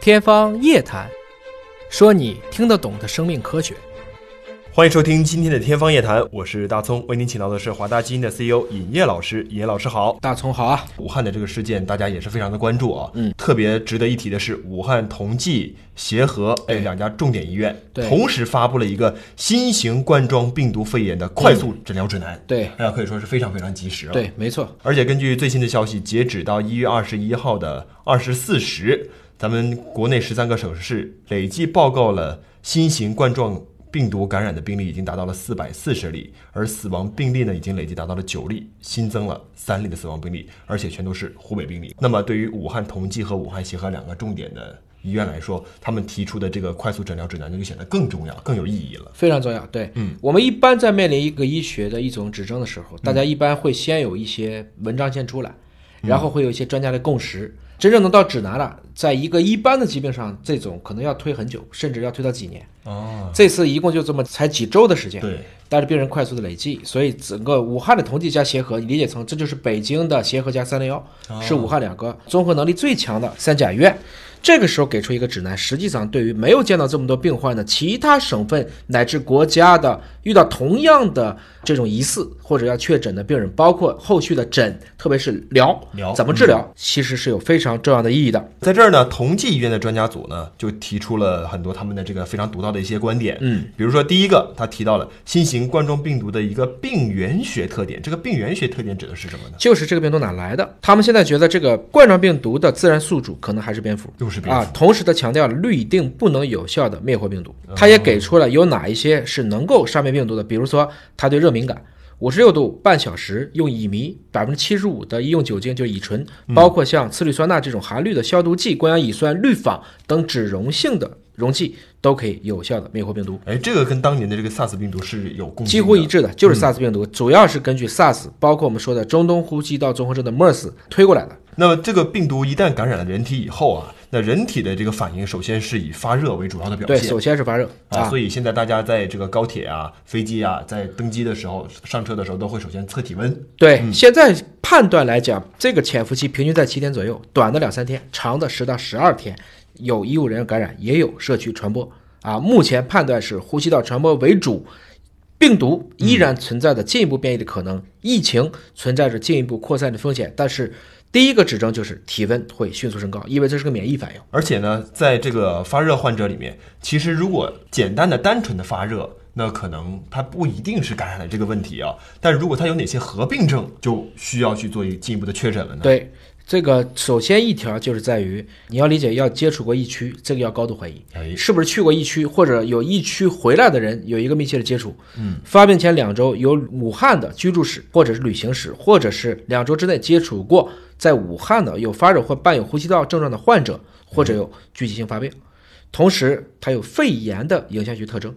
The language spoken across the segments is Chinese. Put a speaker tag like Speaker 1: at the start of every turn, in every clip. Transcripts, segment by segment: Speaker 1: 天方夜谭，说你听得懂的生命科学。
Speaker 2: 欢迎收听今天的《天方夜谭》，我是大葱，为您请到的是华大基因的 CEO 尹烨老师。尹烨老师好。
Speaker 1: 大葱好啊，
Speaker 2: 武汉的这个事件，大家也是非常的关注啊。
Speaker 1: 嗯，
Speaker 2: 特别值得一提的是，武汉同济、协和哎
Speaker 1: 对
Speaker 2: 两家重点医院
Speaker 1: 对
Speaker 2: 同时发布了一个新型冠状病毒肺炎的快速诊疗指南。
Speaker 1: 嗯对
Speaker 2: 哎呀，可以说是非常非常及时啊。
Speaker 1: 对，没错，
Speaker 2: 而且根据最新的消息，截止到一月二十一号的二十四时，咱们国内十三个省市累计报告了新型冠状病毒感染的病例已经达到了四百四十例，而死亡病例呢已经累计达到了九例，新增了三例的死亡病例，而且全都是湖北病例。那么对于武汉同济和武汉协和两个重点的医院来说，他们提出的这个快速诊疗指南就显得更重要、更有意义了。
Speaker 1: 非常重要。对，嗯，我们一般在面临一个医学的一种指征的时候，大家一般会先有一些文章先出来，然后会有一些专家的共识。真正能到指南了，在一个一般的疾病上，这种可能要推很久，甚至要推到几年。
Speaker 2: 哦，
Speaker 1: 这次一共就这么才几周的时间，
Speaker 2: 对，
Speaker 1: 但是病人快速的累积，所以整个武汉的同济加协和，你理解成这就是北京的协和加三零幺，是武汉两
Speaker 2: 哦
Speaker 1: 个综合能力最强的三甲医院。这个时候给出一个指南，实际上对于没有见到这么多病患的其他省份乃至国家的遇到同样的这种疑似或者要确诊的病人，包括后续的诊，特别是疗
Speaker 2: 疗嗯
Speaker 1: 怎么治疗，其实是有非常重要的意义的。
Speaker 2: 在这儿呢，同济医院的专家组呢就提出了很多他们的这个非常独到的一些观点。
Speaker 1: 嗯，
Speaker 2: 比如说第一个，他提到了新型冠状病毒的一个病原学特点，这个病原学特点指的是什么呢？
Speaker 1: 就是这个病毒哪来的？他们现在觉得这个冠状病毒的自然宿主可能还是蝙蝠，
Speaker 2: 又是蝙蝠
Speaker 1: 啊。同时，他强调了氯乙定不能有效的灭活病毒，
Speaker 2: 啊
Speaker 1: 他也给出了有哪一些是能够杀灭病毒的，比如说他对热敏感。五十六度半小时用乙醚百分之七十五的医用酒精，就是乙醇，
Speaker 2: 嗯
Speaker 1: 包括像次氯酸钠这种含氯的消毒剂、光氧乙酸、氯仿等脂溶性的溶剂，都可以有效的灭活病毒。
Speaker 2: 哎，这个跟当年的这个 SARS 病毒是有共
Speaker 1: 几
Speaker 2: 性
Speaker 1: 乎一
Speaker 2: 的。
Speaker 1: 致的，就是 SARS 病毒，主要是根据 SARS，包括我们说的中东呼吸道综合症的 MERS 推过来的。
Speaker 2: 那么这个病毒一旦感染了人体以后啊，那人体的这个反应首先是以发热为主要的表
Speaker 1: 对，
Speaker 2: 现。
Speaker 1: 首先是发热
Speaker 2: 啊，
Speaker 1: 啊，
Speaker 2: 所以现在大家在这个高铁啊、飞机啊，在登机的时候、上车的时候，都会首先测体温。
Speaker 1: 对，现在判断来讲，这个潜伏期平均在七天左右，短的两三天，长的十到十二天。有医务人员感染，也有社区传播啊。目前判断是呼吸道传播为主，病毒依
Speaker 2: 嗯
Speaker 1: 然存在着进一步变异的可能，疫情存在着进一步扩散的风险。但是第一个指征就是体温会迅速升高，因为这是个免疫反应。
Speaker 2: 而且呢，在这个发热患者里面，其实如果简单的、单纯的发热，那可能他不一定是感染了这个问题啊。但如果他有哪些合并症，就需要去做一进一步的确诊了呢？
Speaker 1: 对，这个首先一条就是在于你要理解要接触过疫区，这个要高度怀疑，
Speaker 2: 哎
Speaker 1: 是不是去过疫区或者有疫区回来的人有一个密切的接触。嗯，发病前两周有武汉的居住史或者是旅行史，或者是两周之内接触过在武汉的有发热或伴有呼吸道症状的患者，或者有聚集性发病，同时它有肺炎的影像学特征。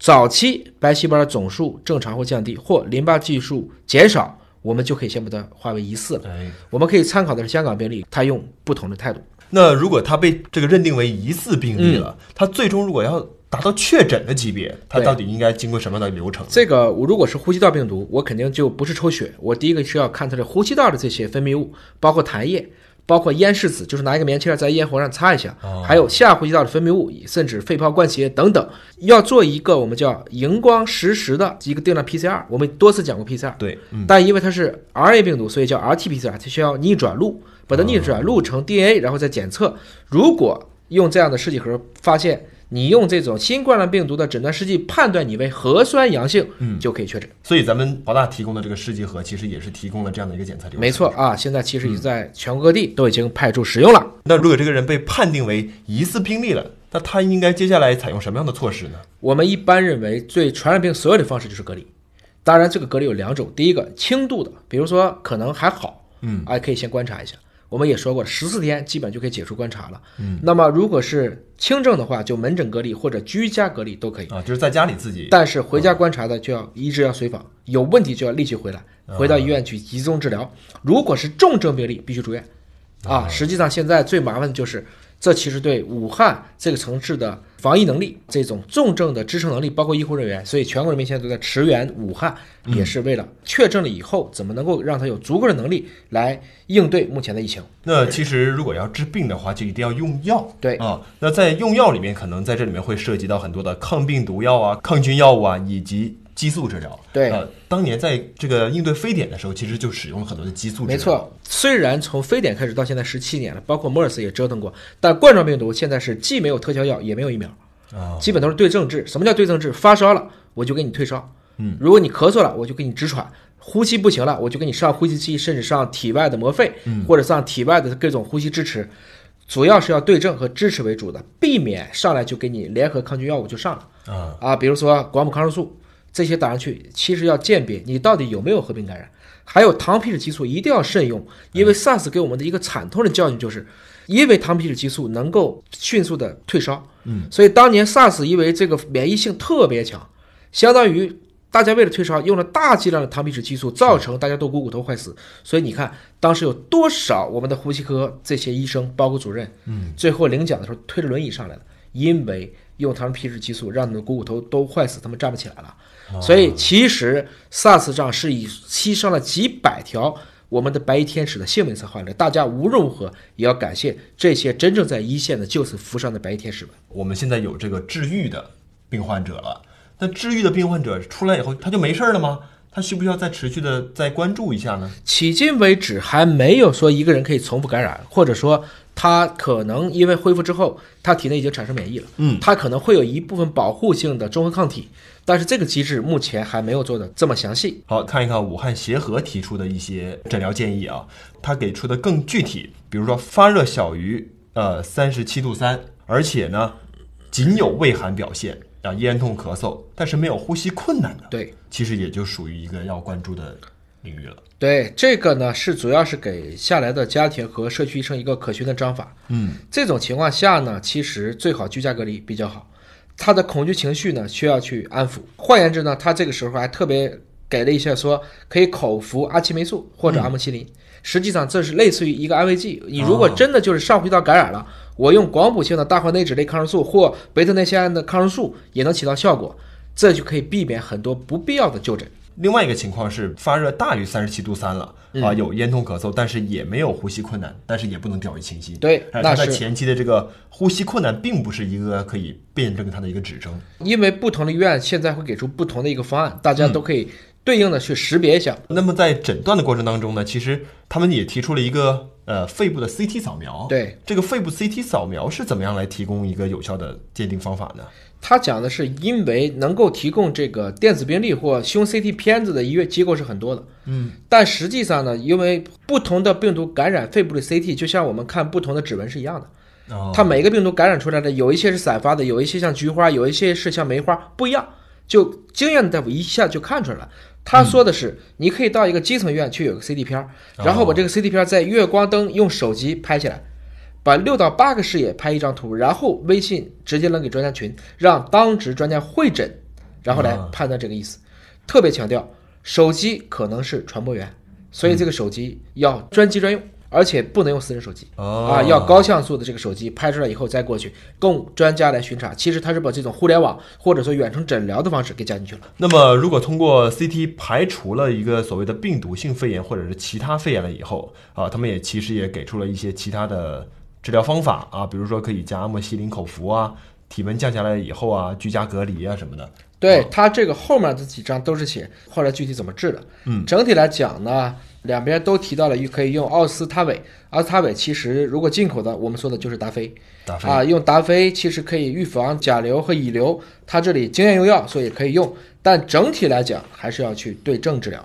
Speaker 1: 早期白细胞的总数正常或降低，或淋巴技术减少，我们就可以先把它划为疑似了。
Speaker 2: 哎，
Speaker 1: 我们可以参考的是香港病例，他用不同的态度。
Speaker 2: 那如果他被这个认定为疑似病例了，他最终如果要达到确诊的级别，他
Speaker 1: 嗯对
Speaker 2: 到底应该经过什么样的流程？
Speaker 1: 这个我如果是呼吸道病毒，我肯定就不是抽血，我第一个是要看它的呼吸道的这些分泌物，包括痰液，包括咽拭子，就是拿一个棉签儿在咽喉上擦一下，还有下呼吸道的分泌物，甚至肺泡灌血等等，要做一个我们叫荧光实时的一个定量 PCR。我们多次讲过 PCR，
Speaker 2: 对，
Speaker 1: 但因为它是 RNA 病毒，所以叫 rt-PCR，它需要逆转录，把它逆转录成 DNA，然后再检测。如果用这样的试剂盒发现你用这种新冠状病毒的诊断试剂判断你为核酸阳性，就可以确诊。
Speaker 2: 所以咱们华大提供的这个试剂盒其实也是提供了这样的一个检测流程。
Speaker 1: 没错啊，现在其实已经在全国各地都已经派驻使用了。
Speaker 2: 那如果这个人被判定为疑似病例了，那他应该接下来采用什么样的措施呢？
Speaker 1: 我们一般认为最传染病所有的方式就是隔离，当然这个隔离有两种，第一个轻度的，比如说可能还好，嗯，啊可以先观察一下。我们也说过了，十四天基本就可以解除观察了。嗯，那么如果是轻症的话，就门诊隔离或者居家隔离都可以。
Speaker 2: 啊，就是在家里自己
Speaker 1: 但是回家观察的就要一直要随访，有问题就要立即回来，回到医院去集中治疗。如果是重症病例，必须住院。啊，实际上现在最麻烦的就是这其实对武汉这个城市的防疫能力、这种重症的支撑能力，包括医护人员，所以全国人民现在都在驰援武汉，也是为了确诊了以后怎么能够让它有足够的能力来应对目前的疫情。
Speaker 2: 那其实如果要治病的话，就一定要用药。
Speaker 1: 对
Speaker 2: 啊，那在用药里面，可能在这里面会涉及到很多的抗病毒药啊、抗菌药物啊，以及激素治疗。
Speaker 1: 对
Speaker 2: 呃，当年在这个应对非典的时候，其实就使用了很多的激素治疗。
Speaker 1: 没错，虽然从非典开始到现在十七年了，包括莫尔斯也折腾过，但冠状病毒现在是既没有特效药，也没有疫苗，
Speaker 2: 啊，
Speaker 1: 基本都是对症治。什么叫对症治？发烧了我就给你退烧，
Speaker 2: 嗯，
Speaker 1: 如果你咳嗽了，我就给你止喘。呼吸不行了，我就给你上呼吸机，甚至上体外的膜肺，
Speaker 2: 嗯
Speaker 1: 或者上体外的各种呼吸支持，主要是要对症和支持为主的，避免上来就给你联合抗菌药物就上了。
Speaker 2: 啊，
Speaker 1: 啊，比如说广谱抗生素这些打上去，其实要鉴别你到底有没有合并感染。还有糖皮质激素一定要慎用，因为 SARS 给我们的一个惨痛的教训就是，因为糖皮质激素能够迅速的退烧，嗯，所以当年 SARS 因为这个免疫性特别强，相当于大家为了退烧用了大剂量的糖皮质激素，造成大家都股骨头坏死。所以你看当时有多少我们的呼吸科这些医生，包括主任，嗯，最后领奖的时候推着轮椅上来的，因为用糖皮质激素让他们的股骨头都坏死，他们站不起来了。所以其实 SARS 上是以牺牲了几百条我们的白衣天使的性命才换来。大家无论如何也要感谢这些真正在一线的救死扶伤的白衣天使们。
Speaker 2: 我们现在有这个治愈的病患者了。那治愈的病患者出来以后，他就没事儿了吗？他需不需要再持续的再关注一下呢？
Speaker 1: 迄今为止还没有说一个人可以重复感染，或者说他可能因为恢复之后，他体内已经产生免疫了，
Speaker 2: 嗯，
Speaker 1: 他可能会有一部分保护性的中和抗体，但是这个机制目前还没有做的这么详细。
Speaker 2: 好，看一看武汉协和提出的一些诊疗建议啊，他给出的更具体，比如说发热小于呃三十七度三，而且呢仅有畏寒表现啊，咽痛咳嗽，但是没有呼吸困难的，
Speaker 1: 对
Speaker 2: 其实也就属于一个要关注的领域了。
Speaker 1: 对，这个呢是主要是给下来的家庭和社区医生一个可循的章法。
Speaker 2: 嗯，
Speaker 1: 这种情况下呢，其实最好居家隔离比较好。他的恐惧情绪呢，需要去安抚。换言之呢，他这个时候还特别给了一些说可以口服阿奇霉素或者阿莫西林，实际上这是类似于一个安慰剂。你如果真的就是上呼吸道感染了，我用广谱性的大环内酯类抗生素或贝塔内酰胺的抗生素也能起到效果，这就可以避免很多不必要的就诊。
Speaker 2: 另外一个情况是发热大于三十七度三了
Speaker 1: 嗯
Speaker 2: 啊，有咽痛咳嗽，但是也没有呼吸困难，但是也不能掉以轻心。
Speaker 1: 对
Speaker 2: 哎
Speaker 1: 那
Speaker 2: 他在
Speaker 1: 是
Speaker 2: 前期的这个呼吸困难并不是一个可以辩证它的一个指征。
Speaker 1: 因为不同的医院现在会给出不同的一个方案，大家都可以对应的去识别一下。
Speaker 2: 那么在诊断的过程当中呢，其实他们也提出了一个呃肺部的 CT 扫描。
Speaker 1: 对，
Speaker 2: 这个肺部 CT 扫描是怎么样来提供一个有效的鉴定方法呢？
Speaker 1: 他讲的是，因为能够提供这个电子病历或胸 CT 片子的医院机构是很多的，嗯，但实际上呢，因为不同的病毒感染肺部的 CT，就像我们看不同的指纹是一样的，
Speaker 2: 哦，
Speaker 1: 它每个病毒感染出来的，有一些是散发的，有一些像菊花，有一些是像梅花，不一样。就经验的大夫一下就看出来了。他说的是，你可以到一个基层医院去有个 CT 片儿，然后把这个 CT 片儿在月光灯用手机拍起来，把六到八个视野拍一张图，然后微信直接扔给专家群，让当值专家会诊，然后来判断这个意思。特别强调，手机可能是传播源，所以这个手机要专机专用，而且不能用私人手机。
Speaker 2: 哦
Speaker 1: 啊，要高像素的这个手机拍出来以后再过去供专家来巡查。其实它是把这种互联网或者说远程诊疗的方式给加进去了。
Speaker 2: 那么，如果通过 CT 排除了一个所谓的病毒性肺炎或者是其他肺炎了以后，啊，他们也其实也给出了一些其他的治疗方法啊，比如说可以加阿莫西林口服啊，体温降下来以后啊，居家隔离啊什么的。
Speaker 1: 对它这个后面这几章都是写后来具体怎么治的。嗯，整体来讲呢，两边都提到了可以用奥司他韦，奥司他韦其实如果进口的，我们说的就是达菲。
Speaker 2: 达菲
Speaker 1: 啊，用达菲其实可以预防甲流和乙流，它这里经验用药，所以可以用，但整体来讲还是要去对症治疗。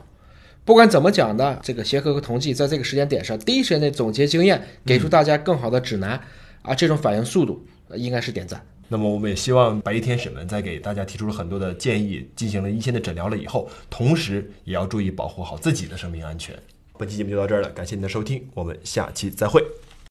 Speaker 1: 不管怎么讲呢，这个协和和同济在这个时间点上，第一时间内总结经验，给
Speaker 2: 嗯
Speaker 1: 出大家更好的指南，啊，这种反应速度呃应该是点赞。
Speaker 2: 那么，我们也希望白衣天使们在给大家提出了很多的建议，进行了一线的诊疗了以后，同时也要注意保护好自己的生命安全。本期节目就到这儿了，感谢您的收听，我们下期再会。